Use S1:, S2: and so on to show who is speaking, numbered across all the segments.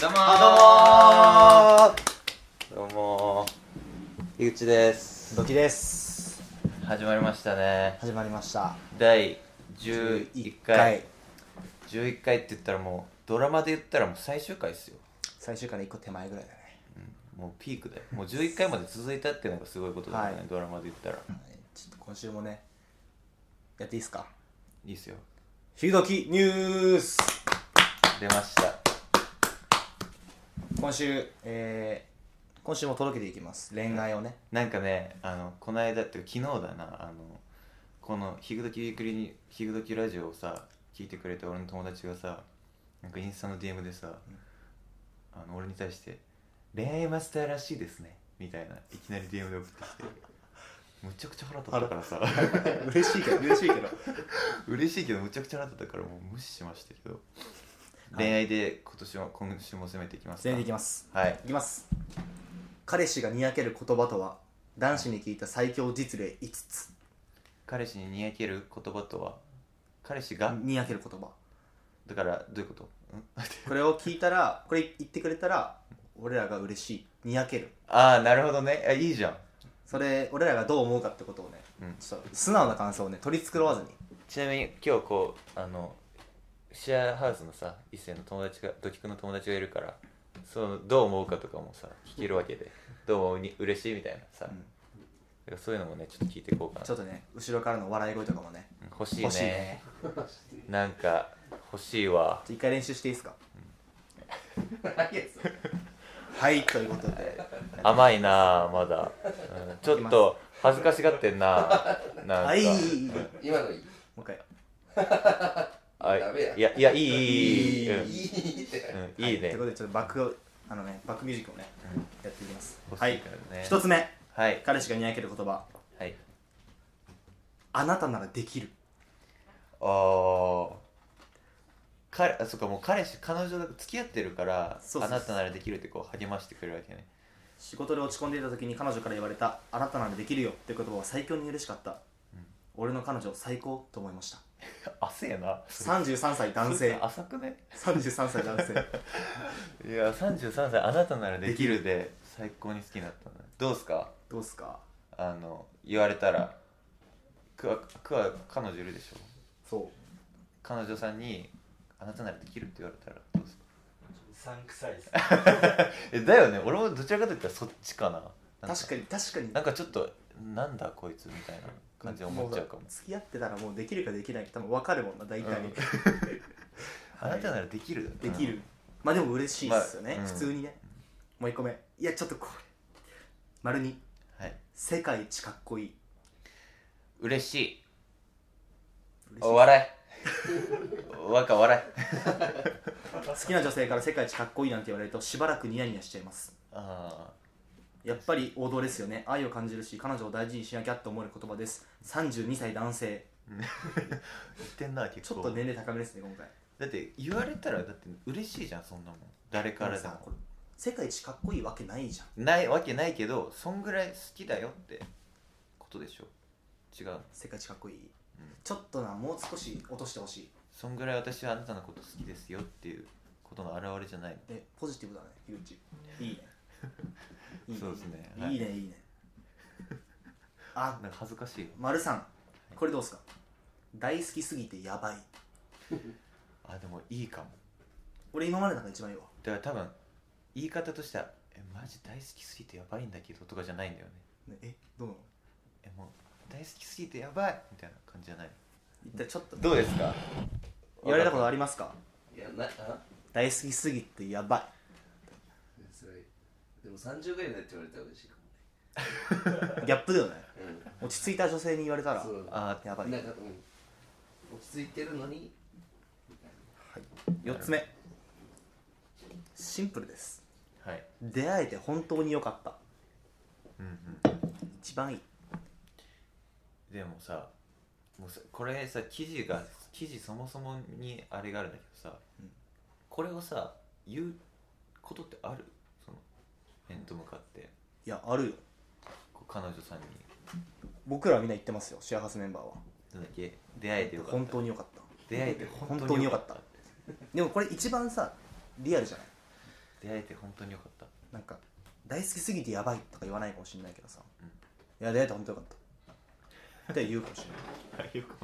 S1: どうも
S2: あどうもーどうもー井口です
S3: ドキです
S1: ー始まりましたね
S3: 始まりました
S1: 第11回
S3: 回
S1: 11回って言ったらもうドラマで言ったらもう最終回ですよ、
S3: 最終回の1個手前ぐらいだね
S1: うん、もうピークだよもう11回まで続いたっていうのがすごいことだよね、
S3: はい
S1: ドラマで言ったら
S3: はいちょっと今週もねやっていいですか
S1: いいっすよ
S3: ひぐどきニュース
S1: 出ました
S3: 今週えー、今週も届けていきます恋愛をね
S1: なんかねあのこの間っていうか昨日だなあのこの「ひぐどきウィークリーに」「ひぐどきラジオ」をさ聞いてくれた俺の友達がさなんかインスタの DM でさ、あの俺に対して「恋愛マスターらしいですね」みたいないきなり DM で送ってき てむちゃくちゃ腹立ったからさ
S3: 嬉しいけど嬉しいけど
S1: 嬉しいけどむちゃくちゃ腹立ったからもう無視しましたけど恋愛で今年も今週も攻めていきますか
S3: 全員でいきます
S1: はい
S3: いきます彼氏がにやける言葉とは男子に聞いた最強実例5つ
S1: 彼氏ににやける言葉とは彼氏が
S3: にやける言葉
S1: だからどういうことん
S3: これを聞いたらこれ言ってくれたら俺らが嬉しいにやける
S1: ああなるほどねあいいじゃん
S3: それ俺らがどう思うかってことをね、
S1: うん
S3: ちょっと素直な感想をね取り繕わずに
S1: ちなみに今日こうあのシェアハウスのさ一斉の友達がドキ君の友達がいるからそのどう思うかとかもさ聞けるわけでどう思うに嬉しいみたいなさ、
S3: うん
S1: だからそういうのもねちょっと聞いていこうかな
S3: ちょっとね後ろからの笑い声とかもね
S1: うん欲しいね
S3: 欲しいね
S1: なんか欲しいわ
S3: ちょっと一回練習していいですか、はいということで
S1: 甘いなあまだ、うんちょっと恥ずかしがってんななんか、
S3: はい
S4: 今のいい
S3: もう一回
S1: あ
S4: ダメや
S1: いやいやいいいいいいうん
S4: いいって
S1: うんいい
S3: は
S1: ね
S3: ということでちょっとバックをあのねバックミュージックをね、
S1: うん
S3: やっていきます
S1: 欲
S3: は
S1: しい
S3: い
S1: からね
S3: 一、つ目
S1: はい
S3: 彼氏がにやける言葉
S1: はい
S3: あなたならできる
S1: ああ彼あそっかもう彼氏彼女だと付き合ってるから
S3: そうそうそう
S1: あなたならできるってこう励ましてくれるわけね
S3: 仕事で落ち込んでいた時に彼女から言われた「あなたならできるよ」って言葉は最強に嬉しかった、俺の彼女最高と思いました
S1: 汗やな
S3: 33歳男性
S1: 浅くね
S3: 33歳男性
S1: いや33歳あなたならできるで最高に好きになったんだどうすか
S3: どうっすか
S1: あの言われたらくわくわ彼女いるでしょ
S3: そ
S1: 彼女さんにあなたならできるって言われたらどうすか
S4: うさんくさいです
S1: えだよね俺もどちらかといったらそっちかな
S3: う
S1: なん
S3: 確かに確かに
S1: なんかちょっとなんだこいつみたいな感じで思っちゃうかも
S3: う付き合ってたらもうできるかできないか多分分かるもんな大体、
S1: うんあ
S3: はい
S1: なたならできる、
S3: できる、まあでも嬉しいっすよね、
S1: まあうん
S3: 普通にねもう一個目いやちょっとこれ丸に
S1: うんはい
S3: 世界一かっこいい
S1: 嬉しい
S3: 嬉しい
S1: お
S3: 好
S1: 笑い 若笑い
S3: きな女性から世界一かっこいいなんて言われるとしばらくニヤニヤしちゃいます
S1: あ
S3: やっぱり王道ですよね愛を感じるし彼女を大事にしなきゃって思える言葉です32歳男性
S1: ー言ってんな結
S3: ちょ
S1: 構
S3: っと年齢高めですね今回
S1: だって言われたらだって嬉しいじゃんそんなもん誰からで
S3: でもさ
S1: も
S3: これ世界一かっこいいわけないじゃん
S1: ないわけないけどそんぐらい好きだよってことでしょ違う
S3: 世界一かっこいい、
S1: ん
S3: ちょっとなもう少し落としてほしい
S1: そんぐらい私はあなたのこと好きですよっていうことの表れじゃない
S3: えポジティブだね樋口 いいねいい
S1: そうですね
S3: いいねいいねあ
S1: のなんか恥ずかしいよ
S3: 丸さんこれどうすか大好きすぎてやばい
S1: あでもいいかも
S3: 俺今までなんか一番いいわ
S1: だから多分言い方としては「えマジ大好きすぎてやばいんだけど」とかじゃないんだよね
S3: ねえどうなの
S1: 「えもう大好きすぎてやばい」みたいな感じじゃない
S3: 一体ちょっと
S1: どうですか
S3: 言われたことあ
S1: り
S3: りますか
S4: いやなあ
S3: 大好きすぎてやばい
S4: それでも30ぐらいになって言われたら嬉しいか
S3: ギャップだよね
S4: もね
S3: 落ち着いた女性に言われたら
S4: そう
S1: あ
S3: やばい
S4: なんかうん落ち着いてるのに
S3: 4つ目シンプルです
S1: はい
S3: 出会えて本当に良かった
S1: うんうん
S3: 一番いい
S1: でもさもうさこれさ記事が記事そもそもにあれがあるんだけどさ、
S3: うん
S1: これをさ言うことってあるその面と向かって
S3: いやあるよ
S1: こう彼女さんに
S3: 僕らはみんな言ってますよシェアハウスメンバーは
S1: なんだっけ出会えてよかった
S3: 本当に良かった
S1: 出会えて本
S3: 本
S1: 当
S3: 当
S1: に
S3: に
S1: よ
S3: 良
S1: か
S3: か
S1: っ
S3: ったたでもこれ一番さリアルじゃない
S1: 出会えて本当によかった
S3: なんか大好きすぎてやばいとか言わないかもしれないけどさ、
S1: うん
S3: いや出会えて本当よかったって言うかもしれな い
S1: よく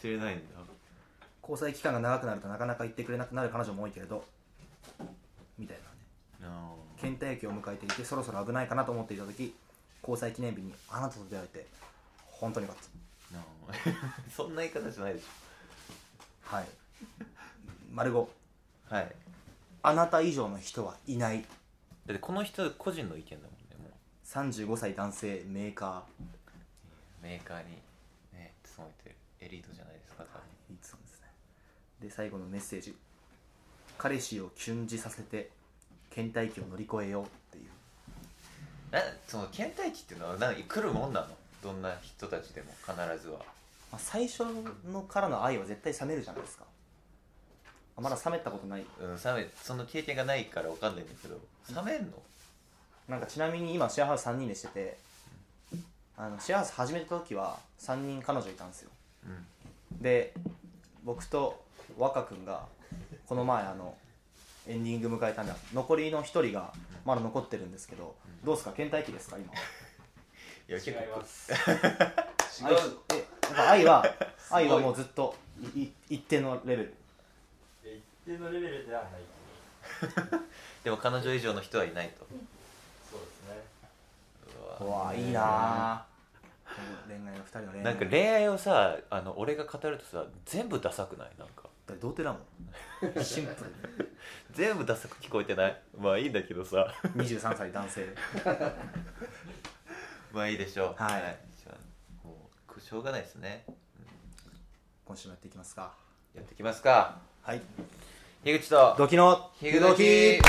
S1: 知れないんだ
S3: 交際期間が長くなるとなかなか言ってくれなくなる彼女も多いけれどみたいなね
S1: あ
S3: 倦怠期を迎えていてそろそろ危ないかなと思っていた時交際記念日にあなたと出会えて本当によかっ
S1: ーなー そんな言い方じゃないでした
S3: はい丸5
S1: ょはい
S3: あなた以上の人はいない
S1: だってこの人個人の意見だもんねもう
S3: 35歳男性メーカ
S1: メーカーにね勤めてるエリートじゃないですか多分
S3: ーいつもですねで最後のメッセージ彼氏をキュンじさせて倦怠期を乗り越えようっていう
S1: なその倦怠期っていうのは何来るもんなのどんな人たちでも必ずは
S3: まあ、最初のからの愛は絶対冷めるじゃないですかあまだ冷めたことない
S1: うん冷めその経験がないから分かんないんだけど冷めんの
S3: なんかちなみに今シェアハウス3人でしててあのシェアハウス始めた時は3人彼女いたんですよ
S1: うん
S3: で僕と若君がこの前あのエンディング迎えたんで残りの1人がまだ残ってるんですけどどうですか倦怠期ですか今
S1: いや結構
S4: 違います違
S3: 愛
S4: う
S3: しえやっぱ愛は愛は
S4: すごい
S3: もうずっといい一定のレベル
S5: え一定のレベルではない
S1: でも彼女以上の人はいないと
S5: そうですね
S1: う
S3: うわいいなぁ恋愛の2人の恋愛
S1: なんか恋愛をさあの俺が語るとさ全部ダサくないなんか
S3: だって童貞だもんシンプ
S1: 全部ダサく聞こえてないまあいいんだけどさ
S3: ル23歳男性
S1: まあいいでしょう
S3: はい
S1: じゃあもうしょうがないですね
S3: 今週もやっていきますか
S1: やっていきますか
S3: はい
S1: 樋口と
S3: ドキの
S1: ひぐどき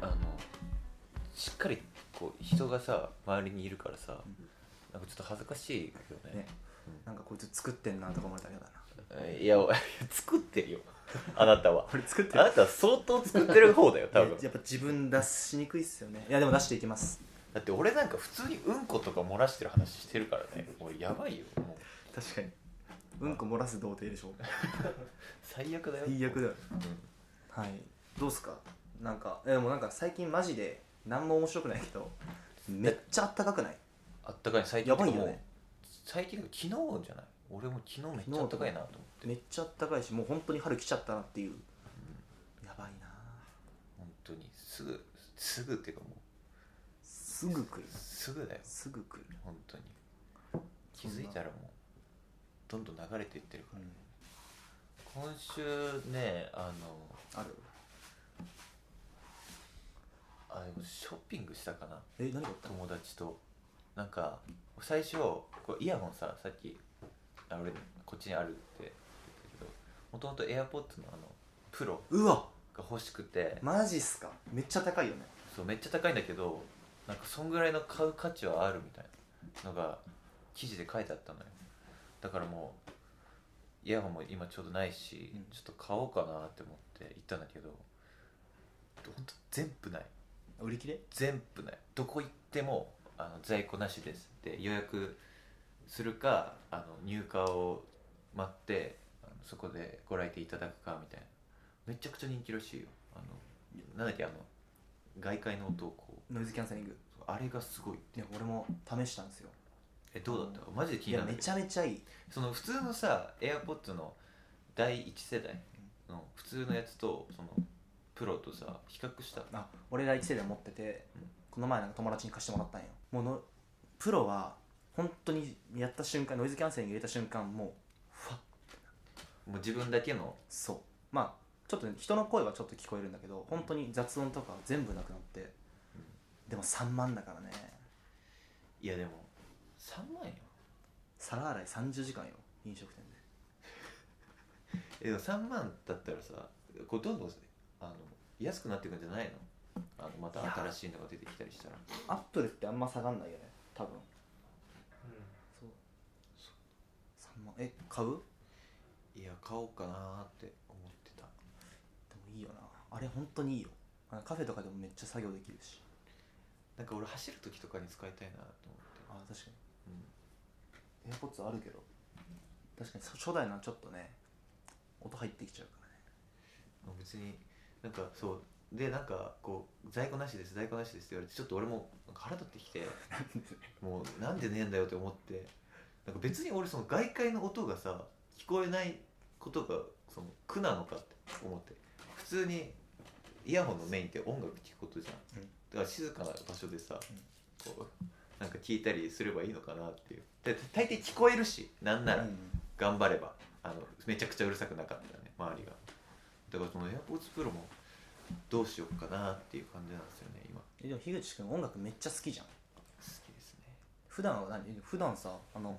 S1: あのしっかりこう人がさ周りにいるからさなんかちょっと恥ずかしいよね
S3: ねなんかこいつ作ってんなとか思われたら嫌だない
S1: や、お作ってるよ。 あなたは。
S3: これ作っ
S1: あなたは相当作ってる方だよ、多分。
S3: やっぱ自分出しにくいっすよねいやでも出していきます
S1: だって俺なんか普通にうんことか漏らしてる話してるからね。もうやばいよ。もう
S3: 確かにうんこ漏らす童貞でし ょ
S1: 最悪だよ。
S3: 最悪だよ
S1: うん。
S3: はいどうっすかなんかえでもなんか最近マジで何も面白くないけどめっちゃあったかくない
S1: あったかい、最近。
S3: やばいよね。
S1: 最近、昨日じゃない俺も昨日めっちゃあったかいなと思って。
S3: めっちゃあったかいしもう本当に春来ちゃったなっていうやばいな
S1: 本当に。すぐ、すぐっていうかも
S3: すぐ来る
S1: う、すぐだよ。
S3: すぐ来る
S1: 本当に。気づいたらもう、どんどん流れていってるから。今週ね、あの、
S3: ある
S1: あでもショッピングしたかな
S3: え何買った
S1: 友達となんか最初こうイヤホンささっきあ俺こっちにあるって言ったけどもともと AirPods のあのプロ
S3: うわ
S1: が欲しくて、
S3: マジっすかめっちゃ高いよね
S1: そうめっちゃ高いんだけどなんかそんぐらいの買う価値はあるみたいなのが記事で書いてあったのよだからもうイヤホンも今ちょうどないし、
S3: うん
S1: ちょっと買おうかなって思って行ったんだけどほんと全部ない
S3: 売り切れ
S1: 全部ないどこ行ってもあの在庫なしですって予約するかあの入荷を待ってあのそこでご来店いただくかみたいなめちゃくちゃ人気らしいよあのなんだっけあの外界の音をこ
S3: ノイズキャンセリング
S1: うあれがすごい
S3: いや俺も試したんですよ
S1: えどうだったマジで気
S3: い
S1: にな
S3: や
S1: るんだけ
S3: め
S1: ど
S3: ちゃめちゃいい
S1: その普通のさ AirPods の第1世代の普通のやつとそのプロとさ比較した
S3: あ俺ら1世代持ってて
S1: うん
S3: この前なんか友達に貸してもらったんよもうのプロは本当にやった瞬間ノイズキャンセリング入れた瞬間もうふわっ
S1: もう自分だけの
S3: そうまあちょっとね人の声はちょっと聞こえるんだけど本当に雑音とか全部なくなってでも3万だからね
S1: いやでも3万円よ
S3: 皿洗い30時間よ飲食店で
S1: えでも3万だったらさこうどんどんあの安くなっていくんじゃないのあのまた新しいのが出てきたりしたら
S3: アップルってあんま下がんないよね多分
S5: うん
S3: そう3万え買う
S1: いや買おうかなーって思ってた
S3: でもいいよなあれ本当にいいよあのカフェとかでもめっちゃ作業できるし
S1: なんか俺走る時とかに使いたいなと思って
S3: あ確かに
S1: うん
S3: エアポッツあるけど確かに初初代のはちょっとね音入ってきちゃうからね
S1: あ別になんかそうでなんかこう在庫なしです在庫なしですって言われてちょっと俺もなんか腹立ってきてもうなんでねえんだよって思ってなんか別に俺その外界の音がさ聞こえないことがその苦なのかって思って普通にイヤホンのメインって音楽聴くことじゃん、
S3: うん
S1: だから静かな場所でさ、
S3: う
S1: こうなんか聞いたりすればいいのかなっていうで大抵聞こえるしなんなら、
S3: うん
S1: 頑張ればあのめちゃくちゃうるさくなかったらね周りがだからその AirPods Pro もどうしようかなっていう感じなんですよね今好
S3: えでも樋口君音楽めっちゃ好きじゃん
S1: きですね
S3: 普段は何普段さあの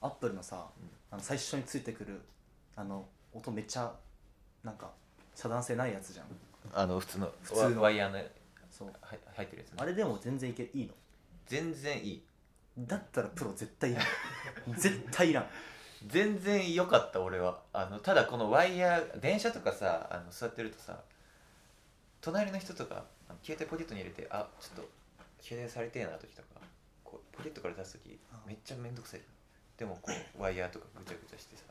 S3: アップルのさ、あの最初についてくるあの音めっちゃなんか遮断性ないやつじゃん
S1: あの普通の
S3: 普通の
S1: ワワイヤーの
S3: そう
S1: は入ってるやつね
S3: あれでも全然いけいいの
S1: 全然いい
S3: だったらプロ絶対いらん絶対いらん
S1: 全然良かった俺はあのただこのワイヤー電車とかさあの座ってるとさ隣の人とかあの携帯ポケットに入れてあちょっと携帯されてえな時とかこうポケットから出す時
S3: あ
S1: めっちゃめんどくさいでもこうワイヤーとかぐちゃぐちゃしてさ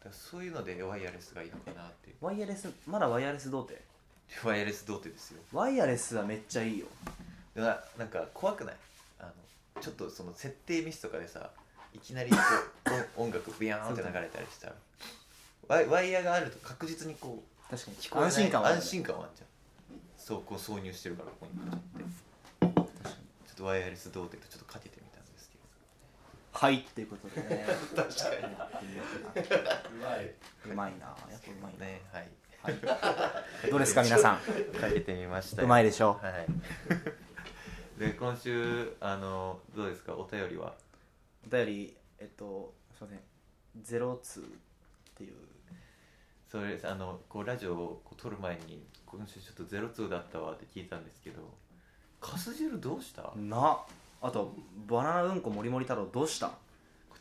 S1: だからそういうのでワイヤレスがいいのかなっていう
S3: ワイヤレスまだワイヤレス童貞
S1: ワイヤレス童貞ですよ
S3: ワイヤレスはめっちゃいいよ
S1: でななんか怖くないあのちょっとその設定ミスとかでさいきなりこ う音音楽ビヤーンって流れたりしたらワイワイヤーがあると確実にこう
S3: 確かに
S1: 聞こえない
S3: 安心感はあるね
S1: 安心感はあるじゃんそうこう挿入してるからここにパチンってちょっとワイヤレス童貞とちょっとかけてみたんですけ
S3: はいっていうことでね 確か
S5: うまい。
S3: にうまいなやっぱうまい
S1: ど
S3: な、
S1: ねはい
S3: どうですか皆さん
S1: かけてみました
S3: うまい
S1: で
S3: でしょ
S1: はいで今週あのどうですかお便りは
S3: お便りえっとすいませんゼロツーっていう
S1: それあのこうラジオをこう撮る前に今週ちょっとゼロツーだったわって聞いたんですけどカス汁どうした、こ
S3: なあとバナナうんこもりもり太郎どうした
S1: れ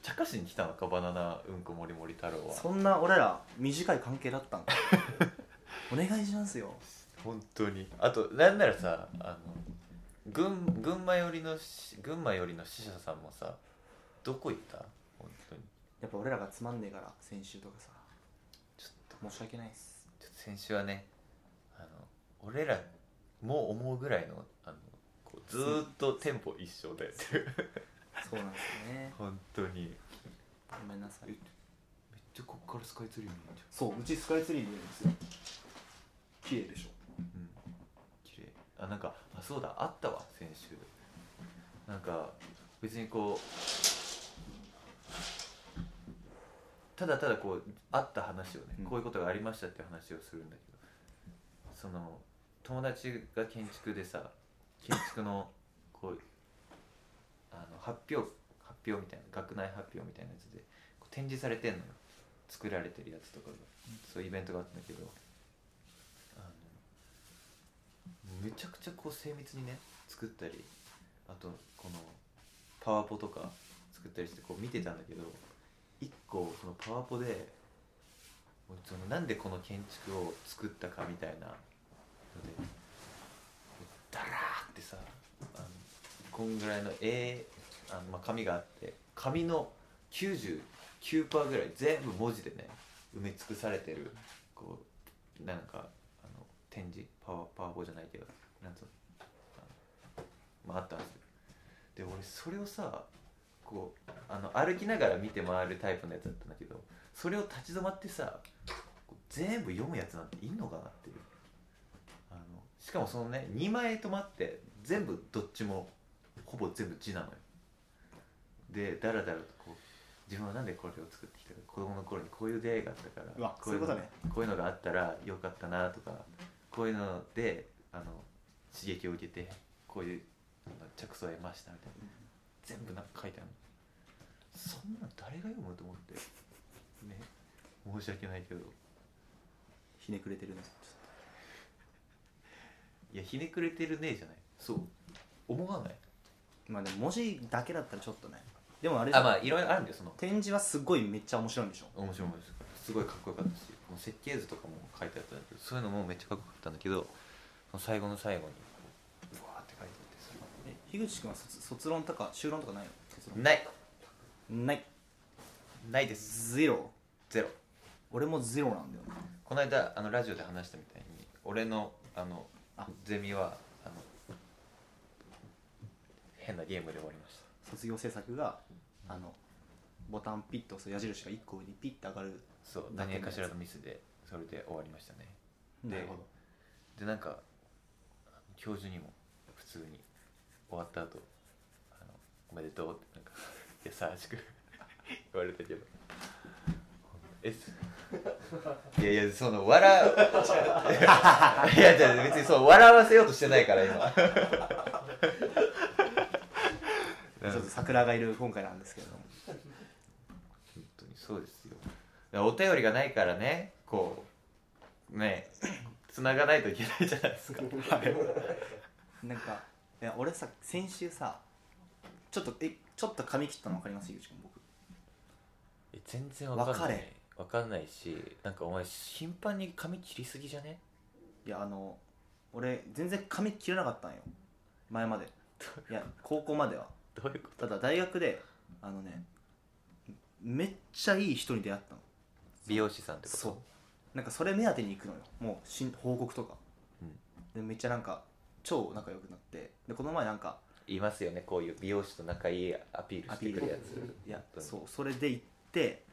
S1: 茶化しに来たのかバナナうんこもりもり太郎は
S3: そんな俺ら短い関係だった んかお願いしますよ
S1: 本当にあとなんならさあの群群馬寄りのし群馬寄りの死者さんもさどこ行った本当に
S3: やっぱ俺らがつまんねえから先週とかさ
S1: ちょっ
S3: 申し訳ないっす
S1: ちょっと先週はねあの俺らもう思うぐらいのあのこうずーっとテンポ一緒で
S3: そうなんですよね
S1: 本当に
S3: ごめんなさい
S1: めっちゃこっからスカイツリー見えちゃ
S3: そううちスカイツリー見えるんですよ綺麗でしょ
S1: ううん綺麗あなんかあそうだあったわ先週なんか別にこうただただこうあった話をね、
S3: うん
S1: こういうことがありましたっていう話をするんだけどその友達が建築でさ建築のこうあの発表発表みたいな学内発表みたいなやつでこう展示されてんのよ作られてるやつとかが、そういうイベントがあったんだけどあのめちゃくちゃこう精密にね作ったりあとこのパワポとか作ったりしてこう見てたんだけど一個そのパワポでもうそのなんでこの建築を作ったかみたいなのでダラーってさあのこんぐらいの A あの、まあ、紙があって紙の99%ぐらい全部文字でね埋め尽くされてるこうなんかあの展示パワーパワーボじゃないけどなんつうのあのまああったんですよで俺それをさこうあの歩きながら見て回るタイプのやつだったんだけどそれを立ち止まってさこう全部読むやつなんていんのかなっていうあのしかもそのね2枚止まって全部どっちもほぼ全部字なのよでだらだらとこう自分はなんでこれを作ってきたか子供の頃にこういう出会いがあったから
S3: うわ
S1: ういうの
S3: そういうこ
S1: こういうのがあったらよかったなとかこういうのであの刺激を受けてこういうあの着想を得ましたみたいな全部なんか書いてあるのそんなの誰が読むと思ってね申し訳ないけど
S3: ひねくれてるねちょ
S1: いやひねくれてるねじゃないそう思わない
S3: っとまあでも文字だけだったらちょっとねでもあれじゃ
S1: あ
S3: ん
S1: まあいろいろあるんだよその
S3: 展示はすごいめっちゃ面白いんでしょ
S1: 面白い面白いすごいかっこよかったしもう設計図とかも書いてあったんだけどそういうのもめっちゃかっこよかったんだけどその最後の最後にこうブワーって書いてあってそれ
S3: え樋口君は卒卒論とか修論とかないの卒論
S1: ない
S3: ない
S1: ないです
S3: ゼロ
S1: ゼロ
S3: 俺もゼロなんだよな
S1: この間あのラジオで話したみたいに俺のあの
S3: あ
S1: ゼミはあの変なゲームで終わりました
S3: 卒業制作があのボタンピッと押す矢印が1個上にピッて上がる
S1: そう
S3: だけ
S1: 何
S3: のやつ
S1: かしらのミスでそれで終わりましたねで
S3: なるほど
S1: でなんか教授にも普通に終わった後あのおめでとう」ってなんか 優しく 言われたけど「えすいやいやその笑う いやじゃ別にそう笑わせようとしてない から今
S3: ちょっと桜がいる今回なんですけれども
S1: 本当にそうですよだからお便りがないからねこうね繋がないといけないじゃないですか
S3: なんかいや俺さ先週さちょっとえちょっと髪切ったの分かります井口君僕
S1: え全然わかんな
S3: わか
S1: い
S3: れ
S1: わかんないしなんかお前頻繁に髪切りすぎじゃね
S3: いやあの俺全然髪切らなかったんよ前までいや高校までは
S1: どういうこ
S3: ただ大学であのねめっちゃいい人に出会ったの
S1: 美容師さんってこと
S3: そうなんかそれ目当てに行くのよもうしん報告とか、
S1: うん
S3: でめっちゃなんか超仲良くなってでこの前なんか
S1: いますよねこういう美容師と仲いいアピールしてくるや
S3: アピール
S1: つ
S3: いや
S1: 本当に
S3: そうそれで行って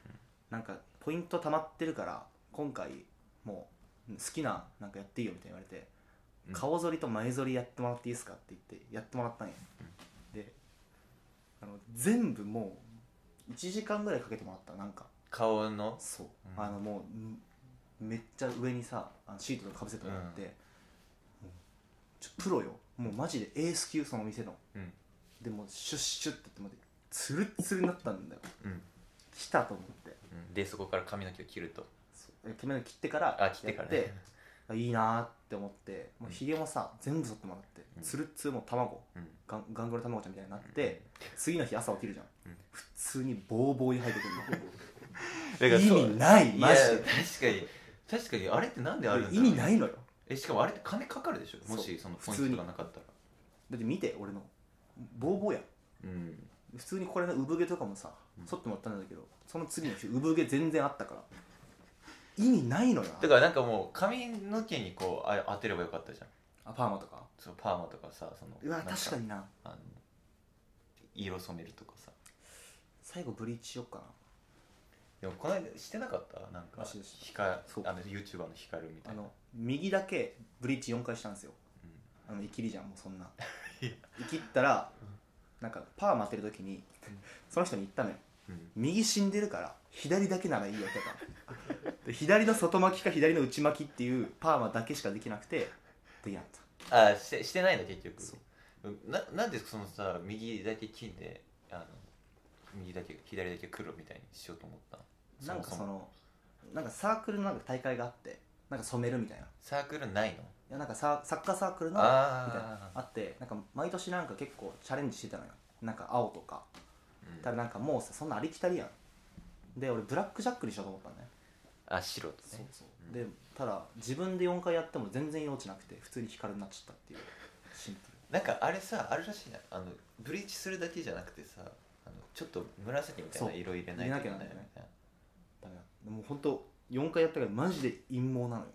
S3: なんかポイント溜まってるから今回もう好きななんかやっていいよみたいに言われて、
S1: うん
S3: 顔剃りと前剃りやってもらっていいですかって言ってやってもらったんや、であの全部もう1時間ぐらいかけてもらったなんか
S1: 顔の
S3: そう、
S1: うん
S3: あのもうんめっちゃ上にさあのシートとかぶせてもらって、
S1: うん
S3: もうちょプロよもうマジでエース級その店の
S1: うん
S3: でもうシュッシュッってやってもらってツルッツルになったんだよ
S1: うん
S3: 来たと思って
S1: うんでそこから髪の毛を切ると
S3: そうえ髪の毛切ってから
S1: あ切ってからね
S3: やあいいなーって思ってもうひげもさ全部剃ってもらって、
S1: うん
S3: ツルッツルもう卵
S1: うん
S3: ガンガングロ卵ちゃんみたいになって、次の日朝起きるじゃん、
S1: うん
S3: 普通にボーボーに生えて
S1: だ
S3: くるの意味ない
S1: いや
S3: マジ
S1: 確かに確かにあれってなんであるんだろう
S3: で
S1: ね
S3: 意味ないのよ
S1: えしかもあれって金かかるでしょ
S3: そう
S1: もしその
S3: 普
S1: ポ
S3: 通に
S1: イントがなかったら
S3: だって見て俺のボーボーやん
S1: うん
S3: 普通にこれの産毛とかもさ
S1: うん
S3: 剃ってもらったんだけどその次の日産毛全然あったから意味ないのよ
S1: だからなんかもう髪の毛にこうあ当てればよかったじゃん
S3: あパーマとか
S1: そのパーマとかさその
S3: うわ
S1: なん
S3: 確かにな
S1: あの色染めるとかさ
S3: 最後ブリーチしよっかな
S1: でもこの間してなかったなんか
S3: あしし
S1: ひか
S3: そう
S1: あの YouTuber の光るみた
S3: あ
S1: いな
S3: の右だけブリーチ4回したんですよ、
S1: う
S3: あのイキリじゃんもうそ んない
S1: や
S3: イキったらなんかパーマ当てる時にその人に言ったのよ
S1: うん
S3: 右死んでるから左だけならいいよって言った ので左の外巻きか左の内巻きっていうパーマだけしかできなくてでやった
S1: あしてしてないの結局ななんでそのさ右だけ金であの右だけ左だけ黒みたいにしようと思ったの
S3: なんか
S1: も
S3: そ
S1: も
S3: のなんかサークルのなんか大会があってなんか染めるみたいない
S1: サークルないの
S3: やなんかササッカーサークルのみたいな
S1: ああ
S3: あってなんか毎年なんか結構チャレンジしてたのよなんか青とかただなんかもうさそんなありきたりやんで俺ブラックジャックにしようと思ったのね
S1: あ白とね
S3: そうでただ自分で4回やっても全然色落ちなくて普通に光になっちゃったっていうシンプ
S1: なんかあれさあるらしいなあのブリーチするだけじゃなくてさあのちょっと紫みたいな
S3: そう
S1: 色入れないといけない
S3: 入れなきゃなんだよね
S1: みたいな
S3: ルダメだもうほんと4回やったからマジで陰謀なのよ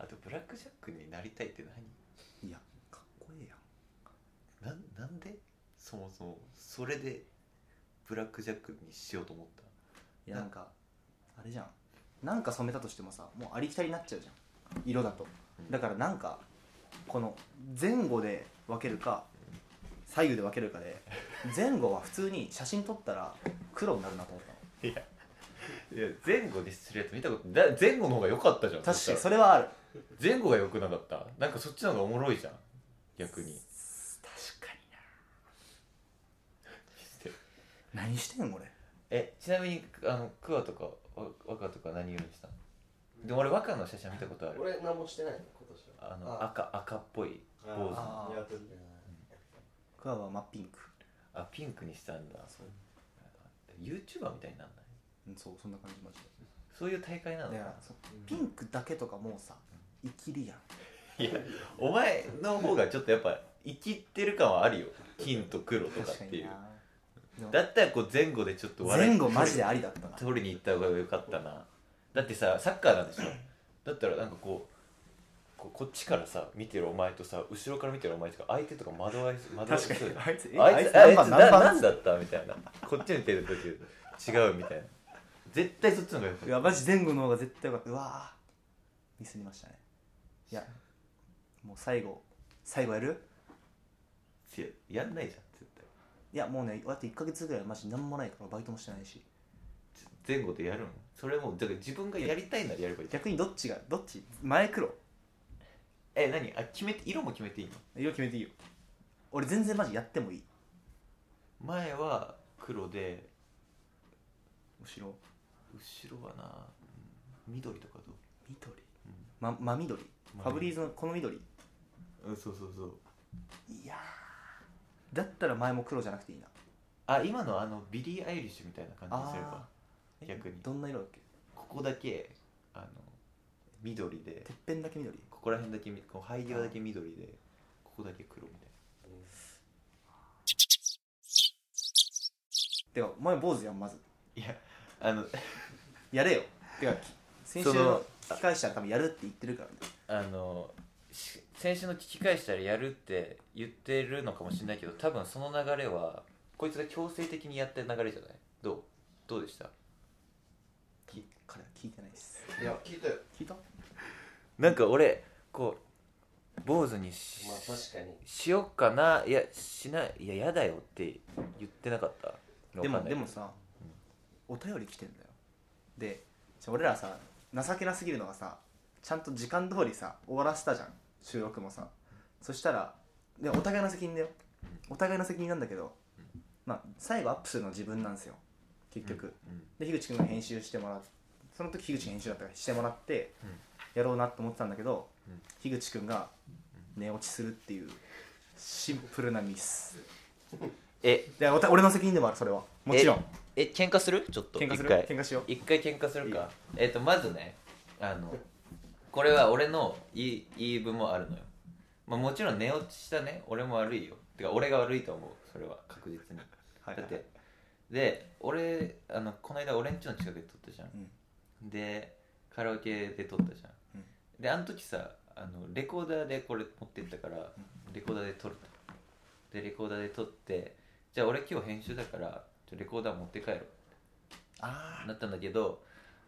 S1: あとブラックジャックになりたいって何
S3: いやかっこええやん
S1: なんなんでそもそもそれでブラックジャックにしようと思った
S3: いやなんかあれじゃんなんか染めたとしてもさもうありきたりになっちゃうじゃん色だと
S1: うん
S3: だからなんかこの前後で分けるか左右で分けるかで前後は普通に写真撮ったら黒になるなと思ったの
S1: いや前後にするやつ見たことだ前後の方が良かったじゃん
S3: 確かに
S1: そした
S3: それはある
S1: ら前後が良くなかったなんかそっちの方がおもろいじゃん逆に
S3: 確かにな何してんの俺
S1: えちなみにあのクワとかわ和歌とか何色にしたのでも俺和歌の写真見たことある
S5: 俺何もしてないの今年は
S1: あの
S5: あ
S1: 赤赤っぽい坊主
S3: あー
S5: やっとね
S3: クワは真っピンク
S1: あピンクにしたんだ YouTuber みたいになんない
S3: うんそうそんな感じマジ
S1: そういう大会なの
S3: でだからそうピンクだけとかもうさ生きりやん
S1: いやお前の方がちょっとやっぱ生きってる感はあるよ金と黒とかっていう
S3: な
S1: だったらこう前後でちょっと笑い
S3: 前後マジでありだったな
S1: 取りに行った方が良かったなだってさサッカーなんでしょだったらなんかこうこうこっちからさ見てるお前とさ後ろから見てるお前とか相手とか惑わいそう惑わいそうだよ
S3: あいつ
S1: あいつ、あいつ、な、なんだったみたいな。こっち見てる時、違うみたいな。絶対そっちの方がよく
S3: いやマジ前後の方が絶対よかったうわーミスりましたねいやもう最後最後やる
S1: いや、やんないじゃん、絶対。
S3: いやもうねだって1ヶ月ぐらいマジ何もないからバイトもしてないし
S1: 前後でやるのそれはもう、だから自分がやりたいならやればいいじゃん。
S3: 逆にどっちがどっち前黒
S1: え、何あ、決めて、色も決めていいの
S3: 色決めていいよ俺全然マジやってもいい
S1: 前は黒で、
S3: 後ろ
S1: 後ろはな、うん緑とかど
S3: 緑、ま、真緑ファブリーズのこの緑
S1: ううん、そうそうそう。
S3: いやーだったら前も黒じゃなくていいな
S1: あ、今のあの、ビリー・アイリッシュみたいな感じにすれば
S3: あ、ー
S1: 逆に。
S3: どんな色だっけ
S1: ここだけ、あの、緑で
S3: て、っぺんだけ緑
S1: ここら辺だけみ、こう生え際だけ緑で、ここだけ黒みたいな。
S3: てかお前坊主やんまず
S1: いや、あの、
S3: やれよてかき先週
S1: そ
S3: の
S1: の
S3: 聞き返したら多分やるって言ってるからね
S1: あの、し先週の聞き返したらやるって言ってるのかもしれないけど、多分その流れは、こいつが強制的にやった流れじゃないどうどうでした
S3: き彼は聞いてないです
S5: いや聞いたよ
S3: 聞いた
S1: なんか俺、こう、坊主にし,、
S4: まあ確かに
S1: しよっかな、いや、しない、いや、やだよって言ってなかった
S3: で
S1: わ
S3: も
S1: かんない
S3: でもさ、お便り来てんだよでじゃあ俺らさ情けなすぎるのがさちゃんと時間通りさ終わらせたじゃん収録もさそしたらでお互いの責任だよお互いの責任なんだけど、まあ最後アップするのは自分なんですよ結局、
S1: うん
S3: で樋口君が編集してもらってその時樋口が編集だったからしてもらって、やろうなと思ってたんだけど、
S1: うん
S3: 樋口君が寝落ちするっていうシンプルなミス
S1: え、
S3: でおた俺の責任でもあるそれはもちろん
S1: え、喧嘩するちょっと、
S3: 喧嘩す
S1: 一
S3: る
S1: 回
S3: 喧嘩しよう
S1: 一回喧嘩するかえっ、とまずねあのこれは俺の言い言い分もあるのよ、まあ、もちろん寝落ちしたね俺も悪いよてか俺が悪いと思うそれは確実に
S3: はい
S1: だってで俺あのこの間俺んちの近くで撮ったじゃん、でカラオケで撮ったじゃん、
S3: うん
S1: であの時さあのレコーダーでこれ持ってったからレコーダーで撮るとでレコーダーで撮ってじゃあ俺今日編集だからちょレコーダー持って帰ろう
S3: あ
S1: なったんだけど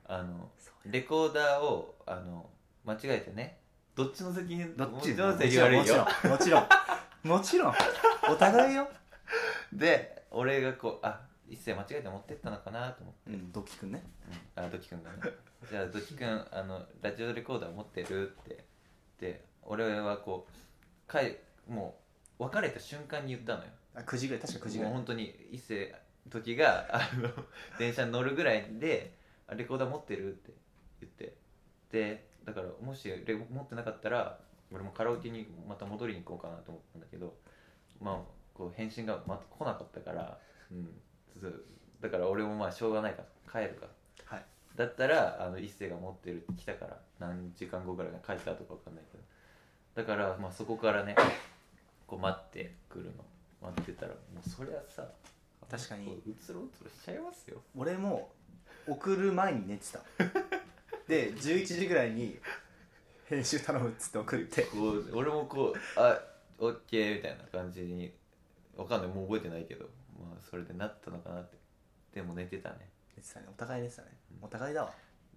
S1: あの
S3: そう
S1: レコーダーをあの間違えてねどっちの責任
S3: どっち
S1: どっちの責任悪いよ
S3: もちろんもちろんもちろんお互いよ、
S1: で俺がこうあ一切間違えて持ってったのかなと思って、
S3: うん、ドキ君ね
S1: あドキ君がねじゃあドキ君あのラジオレコーダー持ってるってで俺はこうかいもう別れた瞬間に言ったのよ
S3: あ9時ぐらい確か9時ぐら
S1: もう
S3: い
S1: 本当に一世時があの電車に乗るぐらいであ「レコーダー持ってる?」って言ってでだからもしレ持ってなかったら俺もカラオケにまた戻りに行こうかなと思ったんだけどまあこう返信がまた来なかったから、うん、そうだから俺もまあしょうがないから帰るか
S3: はい
S1: だったらあの一星が持ってるって来たから何時間後ぐらいに帰ったとかわかんないけどだから、まあ、そこからねこう待ってくるの待ってたらもうそりゃさ
S3: 確かに
S1: こううつろうつろしちゃいますよ
S3: 俺も送る前に寝てたで11時ぐらいに編集頼むっつって送って
S1: こう俺もこうあオッケーみたいな感じにわかんないもう覚えてないけどまあそれでなったのかなってでも寝てたね
S3: 寝てたねお互い寝てたねお互いだわ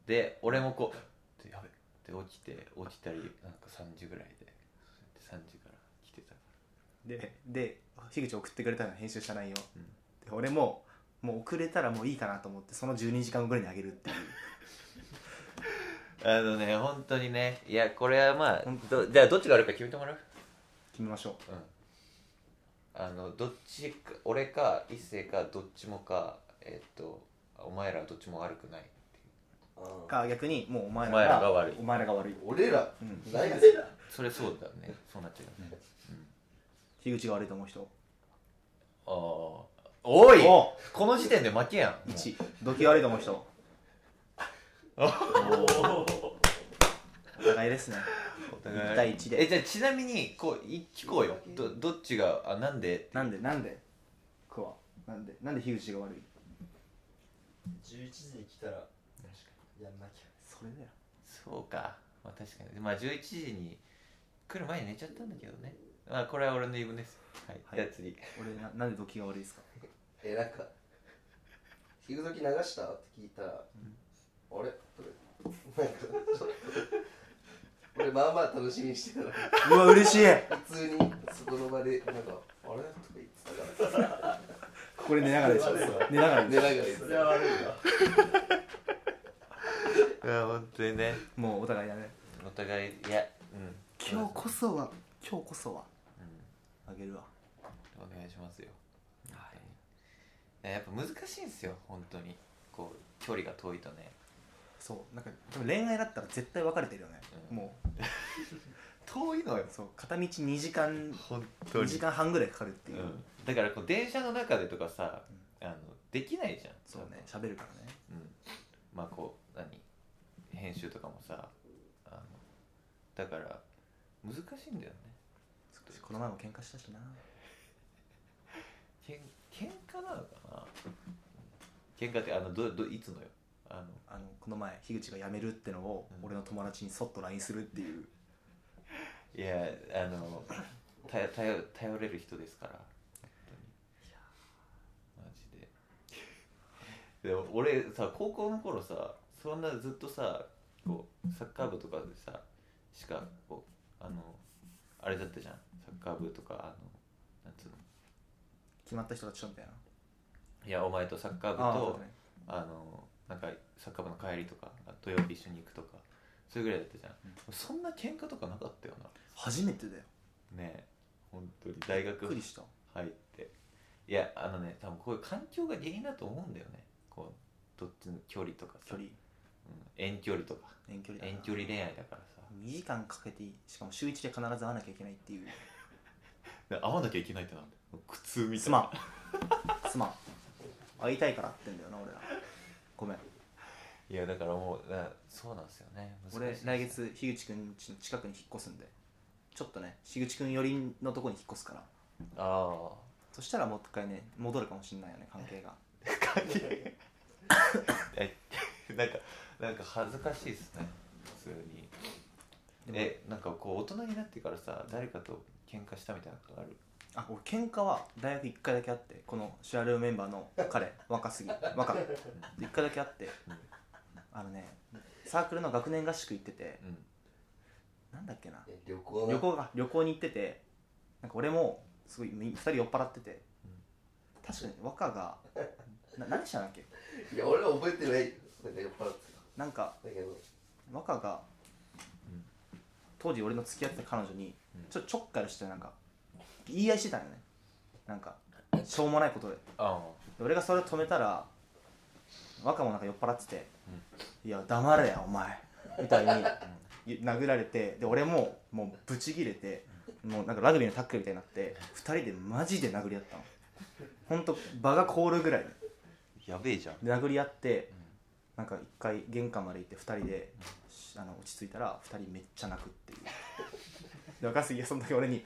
S1: で俺もこうでやべで起きて起きたりなんか3時ぐらいでで3時から来てた
S3: でで樋口送ってくれたの編集した内容、
S1: うん
S3: で俺ももう遅れたらもういいかなと思ってその12時間後ぐらいにあげるっていう
S1: あのね、本当にね、いや、これはまあ
S3: 本、
S1: どじゃあ、どっちが悪いか決めてもらう
S3: 決めましょ
S1: うん。あの、どっちか、俺か、一星か、どっちもか、えっと、お前らはどっちも悪くない。
S3: うか逆にもうお前
S1: お
S3: ら
S1: 前らが悪い
S3: お前らが悪い
S5: 俺ら
S3: うん
S5: 何やってんだ
S1: それそうだね、そうなっちゃうよね。
S3: 樋口が悪いと思う人
S1: ああ。おい
S3: お
S1: この時点で負けやん。もう
S3: 1ドキ悪いと思う人お互いですね
S1: お互い
S3: 一対一で
S1: えじゃあちなみにこうい聞こうよどどっちがあなんで
S3: なんでなんでこわなんでなんで樋口が悪い
S5: 11時に来たらやんなきゃ
S3: それだよ
S1: そうかまあ確かにまあ11時に来る前に寝ちゃったんだけどねまあこれは俺の言い分ですはい、
S3: はい
S1: じゃあ次
S3: 俺ななんで動機が悪いですか
S5: えなんか「昼時流した?」って聞いたら「あれ?」とかなんかちょっと俺まあまあ楽しみにしてたら
S3: うわ嬉しい
S5: 普通にそこの場でなんか「あれ?」とか言ってたから
S3: ここで寝ながらでしょ寝ながらで
S5: 寝
S3: し
S5: な
S3: ょ
S5: がら言ってたから
S1: いや本当にね
S3: もうお互いだね
S1: お互いいやうん
S3: 今日こそは今日こそはあげるわ
S1: お願いしますよはいややっぱ難しいんですよ本当にこう距離が遠いとね
S3: そうなんかでも恋愛だったら絶対別れてるよね、
S1: うん
S3: も
S1: 遠いのよ
S3: うそう片道2時間
S1: 本
S3: 2時間半ぐらいかかるって
S1: う
S3: いう、
S1: ん、だからこう電車の中でとかさ、あのできないじゃん
S3: そうね喋るからね
S1: うん、まあこう何編集とかもさあのだから難しいんだよね
S3: この前も喧嘩したしな
S1: けん喧嘩なのかな喧嘩ってあのどどいつのよあの
S3: あのこの前樋口が辞めるってのを
S1: うん
S3: 俺の友達にそっと LINE するっていう、
S1: いやあの頼頼頼れる人ですから本当にマジででも俺さ高校の頃さそんなずっとさこうサッカー部とかでさしかこうあのあれだったじゃんサッカー部とかあのなんつうの
S3: 決まった人たちとみたいない
S1: やお前とサッカー部
S3: そう
S1: と
S3: だね
S1: あ,、のなんかサッカー部の帰りとかあ土曜日一緒に行くとかそれぐらいだったじゃん、そんな喧嘩とかなかったよ
S3: 初めてだよ
S1: なねえ本当に大
S3: びっ
S1: 学
S3: くりした
S1: 入っていやあのね多分こういう環境が原因だと思うんだよねこうどっちの距離とかさ
S3: 距離
S1: うん遠距離とか
S3: 遠距離だ
S1: 遠
S3: な
S1: 距離恋愛だからさ
S3: 2時間かけてしかも週1で必ず会わなきゃいけないっていう
S1: で会わなきゃいけないってなって苦痛みたいな
S3: すまんすまん会いたいからってんだよな俺らごめん
S1: いやだからもうなそうなんですよね難しい
S3: 俺
S1: です
S3: 来月樋口くん家の近くに引っ越すんでちょっとね樋口くん寄りのとこに引っ越すから
S1: ああ
S3: そしたらもう一回ね戻るかもしんないよね関係が
S1: 関係えなんかなんか恥ずかしいですね普通に
S3: でも
S1: えなんかこう大人になってからさ誰かと喧嘩したみたいなことある
S3: あ俺喧嘩は大学1回だけあってこのシュアルメンバーの彼若すぎ若1回だけあって
S1: うん
S3: あのねサークルの学年合宿行ってて
S1: うん
S3: なんだっけな
S5: え旅行
S3: 旅行が旅行に行っててなんか俺もすごい2人酔っ払ってて、確かに若がな何したんだっけ
S5: いや俺は覚えてないなんか酔っ払って
S3: なんか
S5: ただけど
S3: 若が、
S1: うん
S3: 当時俺の付き合ってた彼女に、
S1: うん
S3: ちょっとちょっかいをしてなんか言い合いしてたんよねなんかしょうもないことで
S1: あ
S3: で俺がそれを止めたら若もなんか酔っ払ってて「いや黙れやお前」みたいにゆ殴られてで俺ももうブチギレてもうなんかラグビーのタックルみたいになって2人でマジで殴り合ったのほんと場が凍るぐらい
S1: あやべえじゃん
S3: で殴り合ってなんか一回玄関まで行って2人でしあの落ち着いたら2人めっちゃ泣くっていう で若杉がその時俺に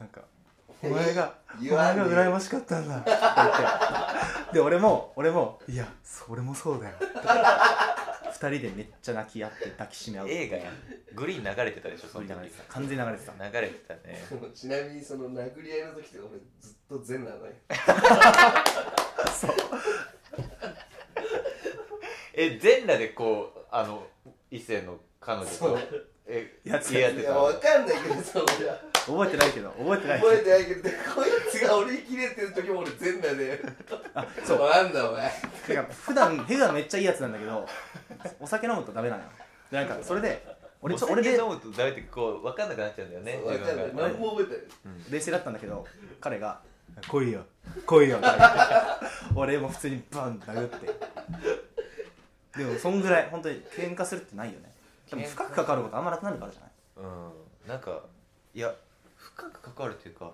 S3: なんか「お前がお
S5: 言わ
S3: 前
S5: んで
S3: が羨ましかったんだ」って言ってで俺も俺も「いやそれもそうだよ」2人でめっちゃ泣き合って抱きしめ合う
S1: 映画やんグリーン流れてたでしょそ
S3: そ
S1: の
S3: れ
S1: 時
S3: 流れてた完全に流れてた
S1: 流れてたね
S5: そのちなみにその殴り合いの時とか俺ずっと全裸なのよ
S1: え全裸でこうあの異性の彼女
S5: そ
S1: と
S5: う
S1: え
S3: やつ
S1: 付き合っ
S5: い
S1: て
S5: やわ
S1: た
S5: かんないけどその俺は
S3: 覚えてないけど覚えてないけど
S5: 覚えてないけどこいつが俺に切れてる時も俺全裸で
S3: あ
S5: そ
S3: そうう
S5: なんだお前
S3: だから普段普段めっちゃいいやつなんだけどお酒飲むとダメなのよでなんかそれで俺
S1: 俺
S3: ち
S1: ち
S3: ょ
S1: ょ
S3: 俺
S1: 俺で
S3: で
S1: 飲むとだめってこう分かんなくなっちゃうんだよね
S5: わかんない
S1: 自分が
S5: 何も覚えてない
S3: 冷静だったんだけど彼が「来いよ来いよ」とか言って 俺も普通にバンって殴ってでもそんぐらい本当に喧嘩するってないよねでも深く関わることあんまなくなるからじゃない
S1: うんなんかいや深く関わるっていうか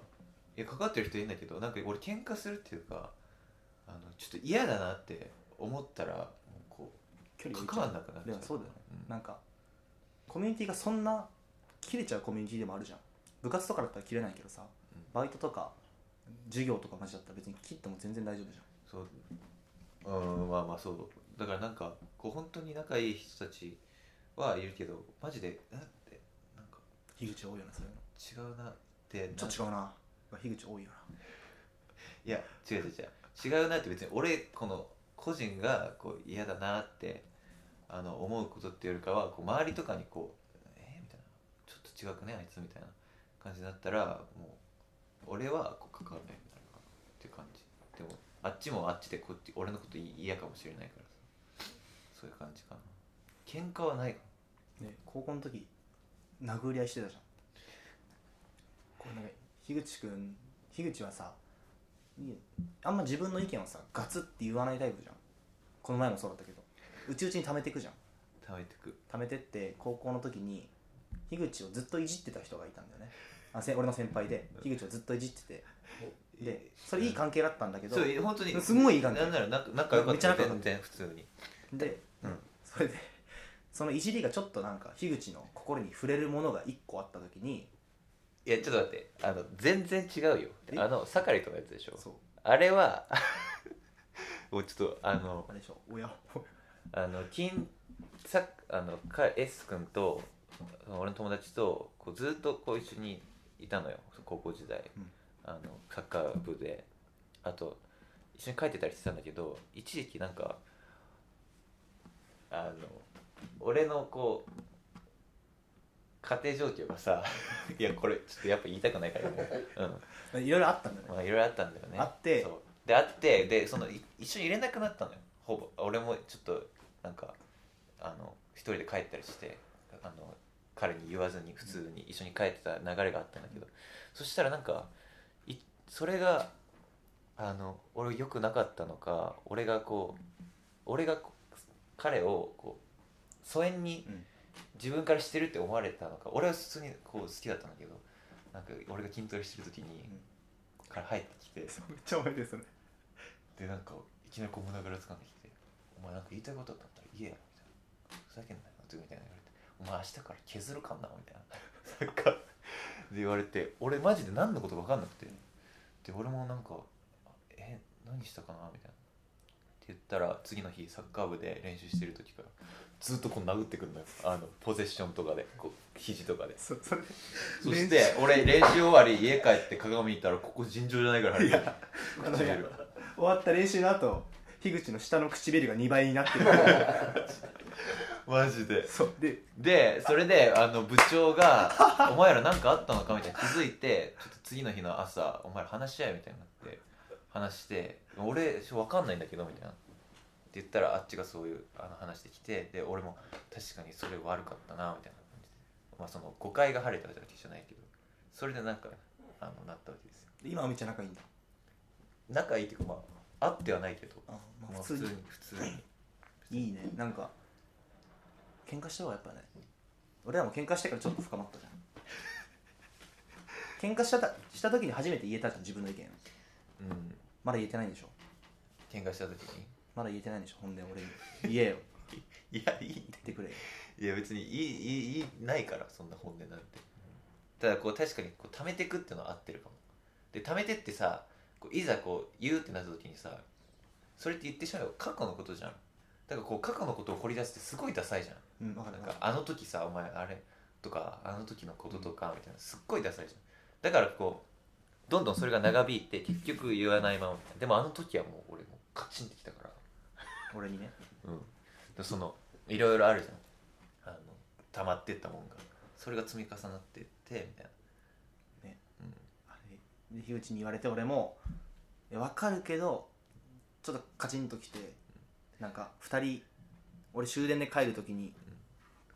S1: いや関わってる人いるんだけどなんか俺喧嘩するっていうかあのちょっと嫌だなって思ったらもうこう
S3: 距離置い
S1: 関わんなくなっち
S3: で
S1: ゃう
S3: もそうだよね、
S1: うん
S3: なんかコミュニティがそんな切れちゃうコミュニティでもあるじゃん部活とかだったら切れないけどさ、
S1: うん
S3: バイトとか授業とかマジだったら別に切っても全然大丈夫じゃん
S1: そううんまあまあそうだからなんかこう本当に仲いい人たちはいるけどマジでなんてなんか
S3: 樋口多いよねそういうの
S1: 違うなって
S3: ちょっと違うな樋口多いよ
S1: いや違う違う違う違うなって別に俺この個人がこう嫌だなってあの思うことっていうよりかはこう周りとかにこう「えー、みたいな「ちょっと違くねあいつ」みたいな感じになったらもう俺はこう関わらないみたいなっていう感じでもあっちもあっちでこっち俺のこと嫌かもしれないからさそういう感じかな喧嘩はないか
S3: な、ね、高校の時殴り合いしてたじゃんこれなんか樋口くん樋口はさいいあんま自分の意見をさガツって言わないタイプじゃんこの前もそうだったけどうちうちに溜めてくじゃん
S1: なためてく
S3: 貯めてって高校の時に樋口をずっといじってた人がいたんだよねあせ俺の先輩で樋口をずっといじっててでそれいい関係だったんだけど
S1: そう本当に
S3: すごいいい感じ
S1: なんなら仲仲良か
S3: め
S1: っ
S3: っち
S1: た
S3: ゃ仲良かっ
S1: 全
S3: た
S1: 然普通に
S3: で、
S1: うん
S3: それでそのいじりがちょっとなんか樋口の心に触れるものが1個あった時に
S1: いやちょっと待ってあの全然違うよ
S3: え
S1: あの酒井とかのやつでしょ
S3: そう
S1: あれは もうちょっとあの
S3: あれでしょ親
S1: あの金さあのか S 君とその俺の友達とこうずっとこう一緒にいたのよ高校時代、
S3: うん
S1: あのサッカー部であと一緒に帰ってたりしてたんだけど一時期なんかあの俺のこう家庭状況がさ いやこれちょっとやっぱ言いたくないからね、うん、
S3: いろいろあったんだよね
S1: まあいろいろあったんだよね
S3: あって
S1: そうであってでそのい一緒にいれなくなったのよほぼ俺もちょっとなんかあの一人で帰ったりしてあの彼に言わずに普通に一緒に帰ってた流れがあったんだけど、そしたらなんかいそれがあの俺良くなかったのか俺がこう俺がこう彼をこう疎遠に
S3: うん
S1: 自分からしてるって思われたのか俺は普通にこう好きだったんだけどなんか俺が筋トレしてる時に、
S3: ん
S1: から入ってきて
S3: めっちゃ覚えてるそれ
S1: でなんかいきなりこう胸ぐらつかんできて「お前なんか言いたいことあったんだったら言えよ」みたいな「ふざけんなよ」みたいな言われて「お前明日から削るかんな」みたいな なんかで言われて俺マジで何のことか分かんなくてで俺もなんか「え何したかな?」みたいな。って言ったら次の日サッカー部で練習してる時からずっとこう殴ってくんのよあのポゼッションとかでこう肘とかで
S3: そそれ
S1: そして俺練習終わり家帰って鏡見たらここ尋常じゃないからいや
S3: あのいや終わった練習の後樋口の下の唇が2倍に なってる
S1: マジで
S3: そうで
S1: でそれであの部長が「お前ら何かあったのか?」みたいな気づいてちょっと次の日の朝「お前ら話し合え」みたいになって話して「俺分かんないんだけど」みたいな。って言ったらあっちがそういうあの話できてで俺も確かにそれ悪かったなみたいな感じでまあその誤解が晴れたわけじゃないけどそれでなんかあのなったわけですよ
S3: 今はめっちゃ仲いいんだ
S1: 仲いいっていうかまああってはないけど、
S3: あ、ま
S1: ま
S3: あ、
S1: あ、
S3: 普通
S1: 普
S3: に
S1: 通に普通に
S3: いいねなんか喧嘩した方がやっぱね俺らも喧嘩してからちょっと深まった じゃん喧嘩したたした時に初めて言えたじゃん自分の意
S1: う
S3: 見
S1: ん
S3: まだ言えてないんでしょ
S1: 喧嘩した時に
S3: まだ言えてないんでしょ本音俺に言えよ
S1: いやいい
S3: 言ってくれよ
S1: いや別にいいいいいいないからそんな本音なんてただこう確かにこう貯めてくっていうのは合ってるかもで貯めてってさこういざこう言うってなった時にさそれって言ってしまえば過去のことじゃんだからこう過去のことを掘り出すってすごいダサいじゃん
S3: うん分かる
S1: なん
S3: 分か
S1: か
S3: る
S1: あの時さお前あれとかあの時のこととかみたいなすっごいダサいじゃんだからこうどんどんそれが長引いて結局言わないままみたいなでもあの時はもう俺もうカチンってきたから
S3: 俺にね
S1: うん、でそのいろいろあるじゃんあの溜まってったもんがそれが積み重なってってみたいな
S3: ね、
S1: うん、
S3: あれで樋口に言われて俺も「いや分かるけどちょっとカチンときてなんか2人俺終電で帰る時に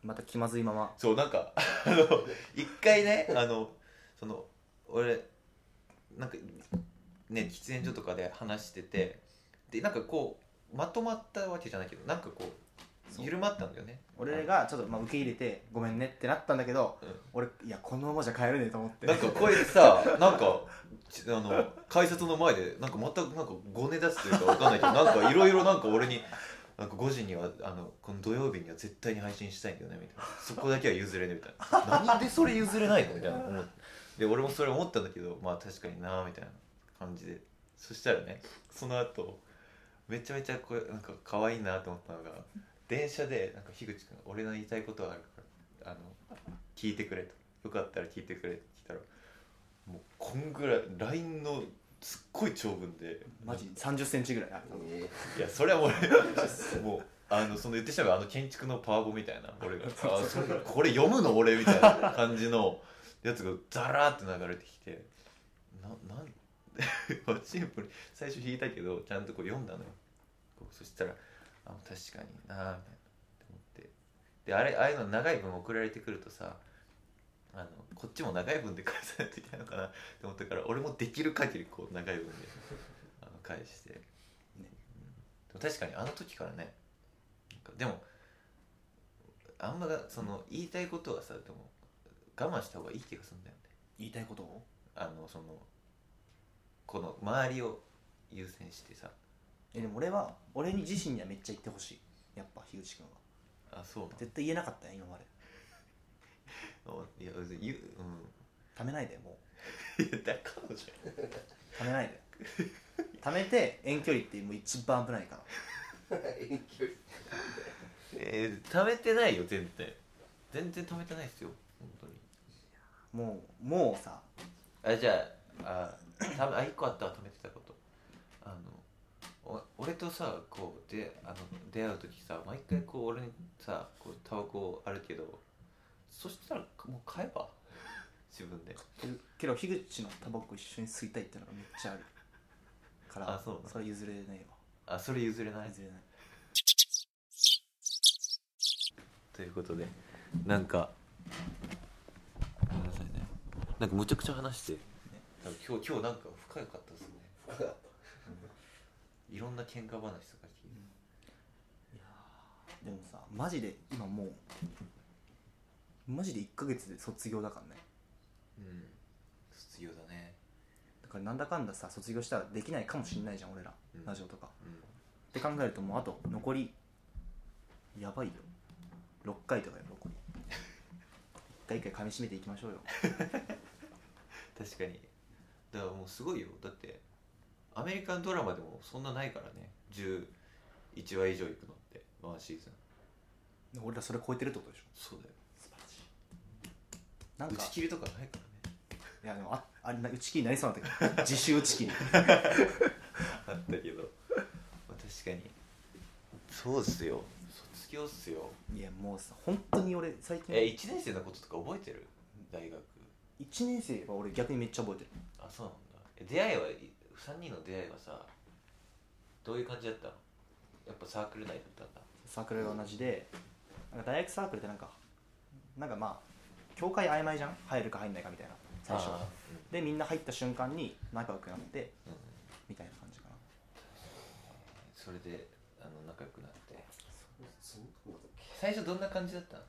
S3: また気まずいまま
S1: そうなん かあの一回ねあのその俺なんかね喫煙所とかで話しててでなんかこうまとまったわけじゃないけどなんかこう
S3: そう
S1: 緩まったんだよね
S3: 俺がちょっとまあ受け入れてごめんねってなったんだけど、
S1: うん
S3: 俺いやこのままじゃ帰れねえと思って
S1: なんか声さ、なんか、ちあの、改札の前で、なんかまた、なんか、ごね出すというかわかんないけど、なんかいろいろなんか俺に、なんか5時にはあのこの土曜日には絶対に配信したいんだよねみたいなそこだけは譲れねみたいななんでそれ譲れないのみたいな思ってで俺もそれ思ったんだけどまあ確かになみたいな感じでそしたらねその後めちゃめちゃこれなんか可愛いなと思ったのが電車でなんか樋口君が俺の言いたいことはあるからあの聞いてくれとよかったら聞いてくれって聞いたらもうこんぐらい LINE のすっごい長文で
S3: マジ3 0ンチぐらいある
S5: え
S1: いやそれは俺 もうあのその言ってしまえばあの建築のパワゴみたいな俺があそれこれ読むの俺みたいな感じのやつがザラーって流れてきてななん まあシンプルに最初引いたけどちゃんとこう読んだのよこうそしたらあ確かになあみたいなって思ってであれああいうの長い文送られてくるとさあのこっちも長い文で返さないといけないのかなって思ったから俺もできる限りこう長い文であの返してでも確かにあの時からねなんかでもあんまがその言いたいことはさでも我慢した方がいい気がするんだよね
S3: 言いたいことを
S1: あのそのこの周りを優先してさ
S3: えでも俺は俺に自身にはめっちゃ言ってほしいやっぱ樋口君は
S1: あそうな
S3: 絶対言えなかったよ今まで
S1: のいや別に言う
S3: ためないでも
S1: うんいやだから彼女
S3: うためないでためて遠距離ってもう一番危ないから
S5: え遠距離
S1: えー、貯めてないよ全然全然貯めてないですよ本当に
S3: もうもうさ
S1: あじゃああたあ一個あったわ貯めてたことあのお俺とさこうであの出会う時さ毎回こう俺にさこうタバコあるけどそしたらもう買えば 自分で
S3: けど樋口のタバコ一緒に吸いたいってのがめっちゃあるから
S1: あそうなの
S3: それは譲れない
S1: あそれ譲れ
S3: わ
S1: ない
S3: 譲れない
S1: ということでなんかごめんなさいねなんかむちゃくちゃ話してなんか今日今日なんか深かったですね
S5: 深かっ
S1: いろんな喧嘩話とか聞いて
S3: でもさマジで今もうマジで1ヶ月で卒業だからね
S1: うん卒業だね
S3: だからなんだかんださ卒業したらできないかもしんないじゃん俺ら、
S1: うん
S3: ラジオとか
S1: うん
S3: って考えるともうあと残りやばいよ6回とかよ 残り一回一回噛み締めていきましょうよ
S1: 確かにだからもうすごいよだってアメリカンドラマでもそんなないからね11話以上いくのってワンシーズン
S3: 俺らそれ超えてるってことでしょ
S1: そうだよ
S3: なん
S1: 打
S3: か
S1: ち切りとかないからね
S3: いやでもああれな打ち切りになりそうなんだけど自主打 ち切り
S1: あったけど まあ確かにそうっすよ卒業っすよ
S3: いやもうさ本当に俺最近
S1: え1年生のこととか覚えてる大学
S3: 1年生は俺逆にめっちゃ覚えてる
S1: あそうなんだえ出会いはい3人の出会いはさどういう感じだったのやっぱサークル内だったんだ
S3: サークルが同じでなんか大学サークルってなんかなんかまあ境界曖昧じゃん入るか入んないかみたいな最初は
S1: あ
S3: でみんな入った瞬間に仲良くなって
S1: ーうん、うん、
S3: みたいな感じかな
S1: それであの仲良くなって
S5: そんなことだっけ
S1: 最初どんな感じだったの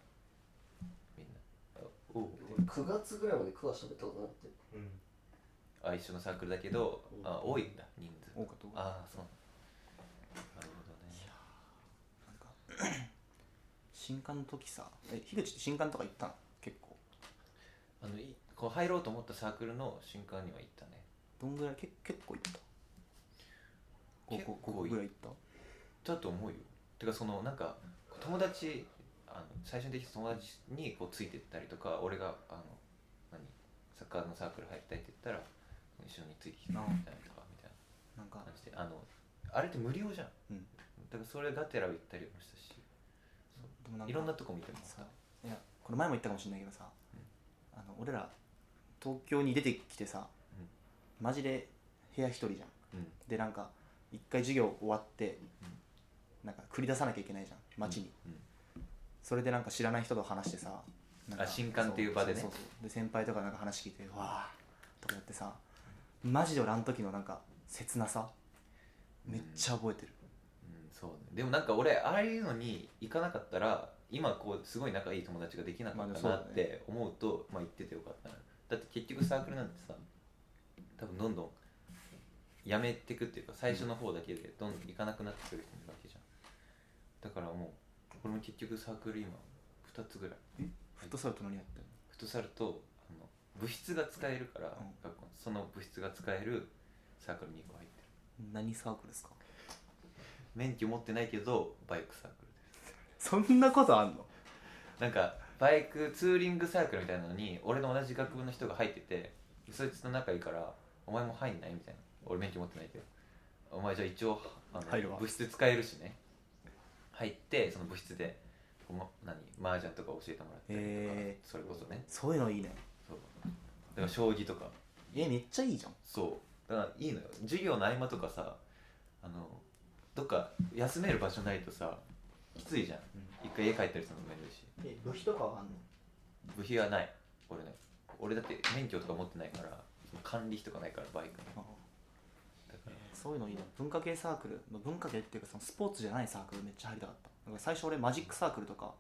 S1: みんなあおう
S5: 俺9月ぐらいまでクワ喋ったことなくて
S1: あ一緒のサークルだけど、あ多いんだ人数
S3: 多かった多かった
S1: ああそうなるほどね
S3: なんか 新刊の時さえ樋口って新刊とか行ったの結構
S1: あのいこう入ろうと思ったサークルの瞬間には行ったね
S3: どんぐらいけ結構行った5個
S1: 結構
S3: 5個ぐらい行っ
S1: だと思うよてかそのなんか友達あの最初にできた友達にこうついてったりとか俺があの何サッカーのサークル入りたいって言ったら一緒についてきてみたいなとかみたいな
S3: たなんか
S1: 感じであのあれって無料じゃん、
S3: うん
S1: だからそれがてら行ったりもしたし
S3: でもなんか
S1: いろんなとこ見てもらった
S3: さいやこれ前も言ったかもしれないけどさ、あの俺ら東京に出てきてさ、
S1: うん
S3: マジで部屋一人じゃん
S1: うん
S3: でなんか一回授業終わって、なんか繰り出さなきゃいけないじゃん街に、それでなんか知らない人と話してさなんか
S1: あ新刊っていう場でね
S3: そうそうそうで先輩とかなんか話聞いてうわーとかやってさマジで俺あの時のなんか切なさめっちゃ覚えて
S1: う
S3: る、
S1: んそうねでもなんか俺ああいうのに行かなかったら今こうすごい仲いい友達ができなか
S3: まあ
S1: っ
S3: で
S1: た
S3: も
S1: な
S3: そう
S1: っ
S3: だね
S1: て思うとまあ、言っててよかったなだって結局サークルなんてさ多分どんどんやめてくっていうか最初の方だけでどんどん行かなくなってくる人もいるわけじゃん、だからもう俺も結局サークル今2つぐらい
S3: フットサルと何やってんの
S1: フットサルとあの部室が使えるから、
S3: うん
S1: 学校のその部室が使えるサークルに2個入ってる
S3: 何サークルですか
S1: 免許持ってないけどバイクサークルです
S3: そんなことあんの
S1: なんかバイクツーリングサークルみたいなのに俺の同じ学部の人が入っててそいつと仲いいから「お前も入んない?」みたいな俺免許持ってないけど「お前じゃあ一応あ
S3: 入る
S1: の
S3: わ
S1: 部室使えるしね」入ってその部室でこうま何麻雀とか教えてもらったりとか、
S3: へ
S1: それこそね
S3: そういうのいいね
S1: そうだから将棋とか
S3: えめっちゃいいじゃん
S1: そうだからいいのよ授業の合間とかさあのどっか休める場所ないとさきついじゃん、一回家帰ったりするのもめんどいし
S6: え部費とかはあんの
S1: 部費はない俺ね俺だって免許とか持ってないから管理費とかないからバイクの
S3: あ
S1: だから
S3: そういうのいいな文化系サークルの文化系っていうかそのスポーツじゃないサークルめっちゃ入りたかっただから最初俺マジックサークルとか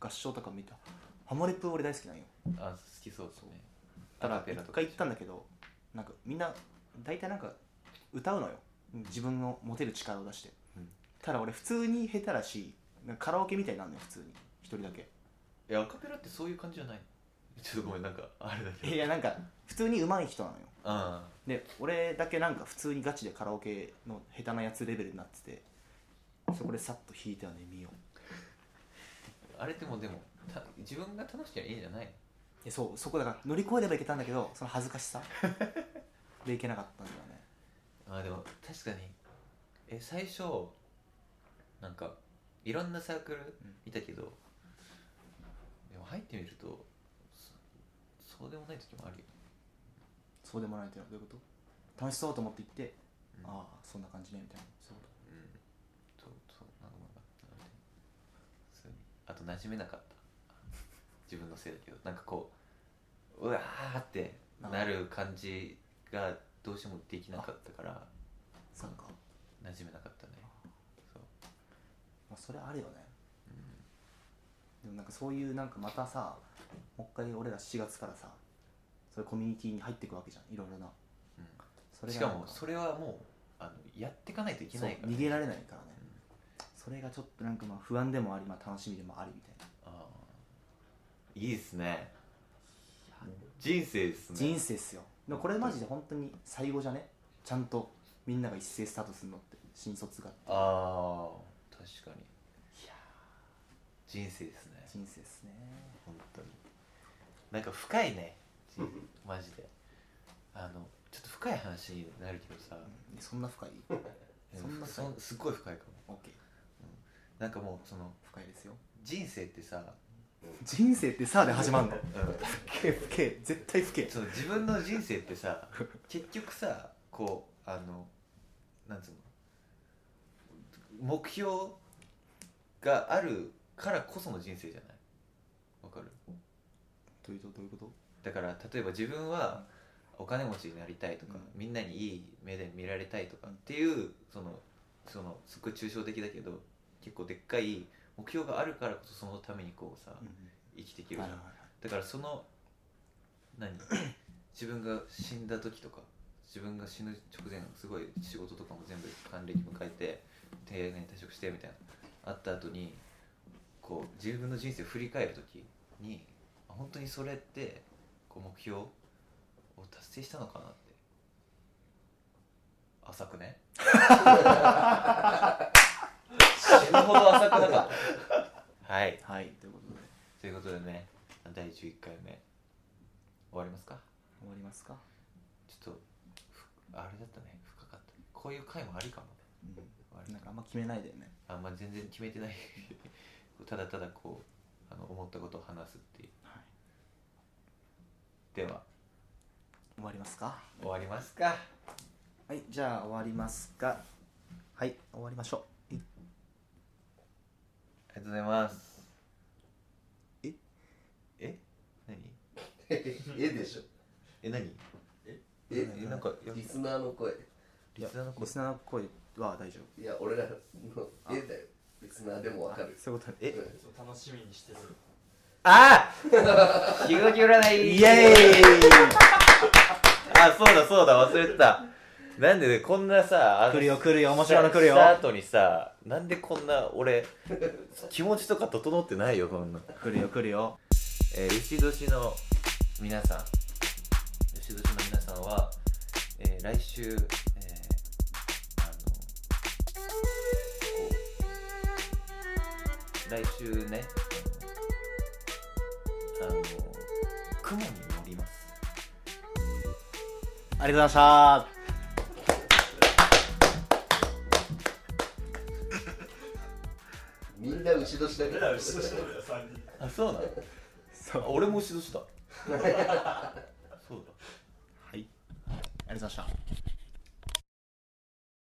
S3: 合唱とか見たハモリプ俺大好きなんよ
S1: あ好きそうですね
S3: た
S1: ア
S3: だ
S1: カペ
S3: 一
S1: ラとか
S3: 回行ったんだけどなんかみんな大体なんか歌うのよ自分の持てる力を出して、
S1: うん
S3: ただ俺普通に下手だしなんかカラオケみたいになるのよ普通に一人だけ
S1: いやアカペラってそういう感じじゃないのちょっとごめんなんかあれだけど
S3: いやなんか普通に上手い人なのよ
S1: あ
S3: で俺だけなんか普通にガチでカラオケの下手なやつレベルになっててそこでさっと弾いてはねみよう
S1: あれでもでもた自分が楽しきゃいいんじゃないの
S3: えそうそこだから乗り越えればいけたんだけどその恥ずかし さでいけなかったんだよね
S1: あでも確かにえ最初なんかいろんなサークル見たけど、でも入ってみるとそそうでもない時もあるよ
S3: そうでもないというのはどういうこと楽しそうと思って行って、
S1: うん
S3: ああそんな感じねみたいなそういうこ
S1: うんそうそうなんかまあなんか普通にあと馴染めなかった自分のせいだけどなんかこううわーってなる感じがどうしてもできなかったから
S3: と参加ま
S1: 馴染めなかったねそう
S3: あそれあるよね、でもなんかそういうなんかまたさもう一回俺ら7月からさそういうコミュニティに入っていくわけじゃんいろいろな、
S1: うん
S3: それ
S1: し
S3: が
S1: か
S3: なん
S1: もそれはもうあのやっていかないといけ
S3: そう
S1: ないから、
S3: 逃げられないからね、
S1: うん
S3: それがちょっとなんかまあ不安でもあり、まあ、楽しみでもありみたいな、
S1: あーいいですね人生ですね
S3: 人生っすよでもこれマジで本当に最後じゃねちゃんとみんなが一斉スタートするのって新卒が
S1: ああ確かに人生ですね
S3: 人生っすね
S1: 本当になんか深いね人マジであのちょっと深い話になるけどさ、
S3: えそんな深い そんな深い
S1: そすっごい深いかも
S3: ?OK
S1: なんかもうその
S3: 深いですよ
S1: 人生ってさ、
S3: 人生ってさで始まるの
S1: うん
S3: 不け不け絶対不け
S1: その自分の人生ってさ結局さこうあのなんつうの目標があるからこその人生じゃないわかる
S3: どういうことどういうこと
S1: だから例えば自分はお金持ちになりたいとか、みんなにいい目で見られたいとかっていうそのそのすっごい抽象的だけど結構でっかい目標があるからこそそのためにこうさ生きていけるじゃん
S3: はいはいはい
S1: だからその何 自分が死んだ時とか自分が死ぬ直前すごい仕事とかも全部還暦迎えて定年退職してみたいなあった後にこう自分の人生を振り返る時にあ本当にそれってこう目標を達成したのかなって浅くね 死ぬほど浅くなかったはい
S3: はいということで
S1: ということでね第11回目終わりますか
S3: 終わりますか、
S1: ちょっとふあれだったね深かったこういう回もありかもね割
S3: なん
S1: と
S3: かあんま決めないでね
S1: あんま全然決めてない ただただこうあの思ったことを話すっていう
S3: はい
S1: では
S3: 終わりますか
S1: 終わりますか
S3: はいじゃあ終わりますかはい終わりましょうい
S1: ありがとうございます
S3: え
S1: え何
S5: えでしょ
S1: え何
S5: え
S1: えなんかや
S5: リスナーの声
S1: リスナーの
S3: リ
S1: 声
S3: スナーの声は大丈夫
S5: いや俺らのえだよリスナーでもわかる
S3: そういうこと
S1: え
S6: そう楽しみにして る
S1: ああ日動き占い
S3: イエーイ
S1: あそうだそうだ忘れてたなんでねこんなさあの
S3: 来るよ来るよ面白いの来るよ
S1: した後にさなんでこんな俺気持ちとか整ってないよこんな、
S3: 来るよ来るよ
S1: えー、牛年の皆さん牛年の皆さんは、えー来週、えーあのこう来週ねあのあの雲に乗ります
S3: ありがとうございました
S5: みんな牛年だから
S6: 牛年だよ3人
S1: あそうなのあ俺も牛年だそうだ
S3: ありがとうございました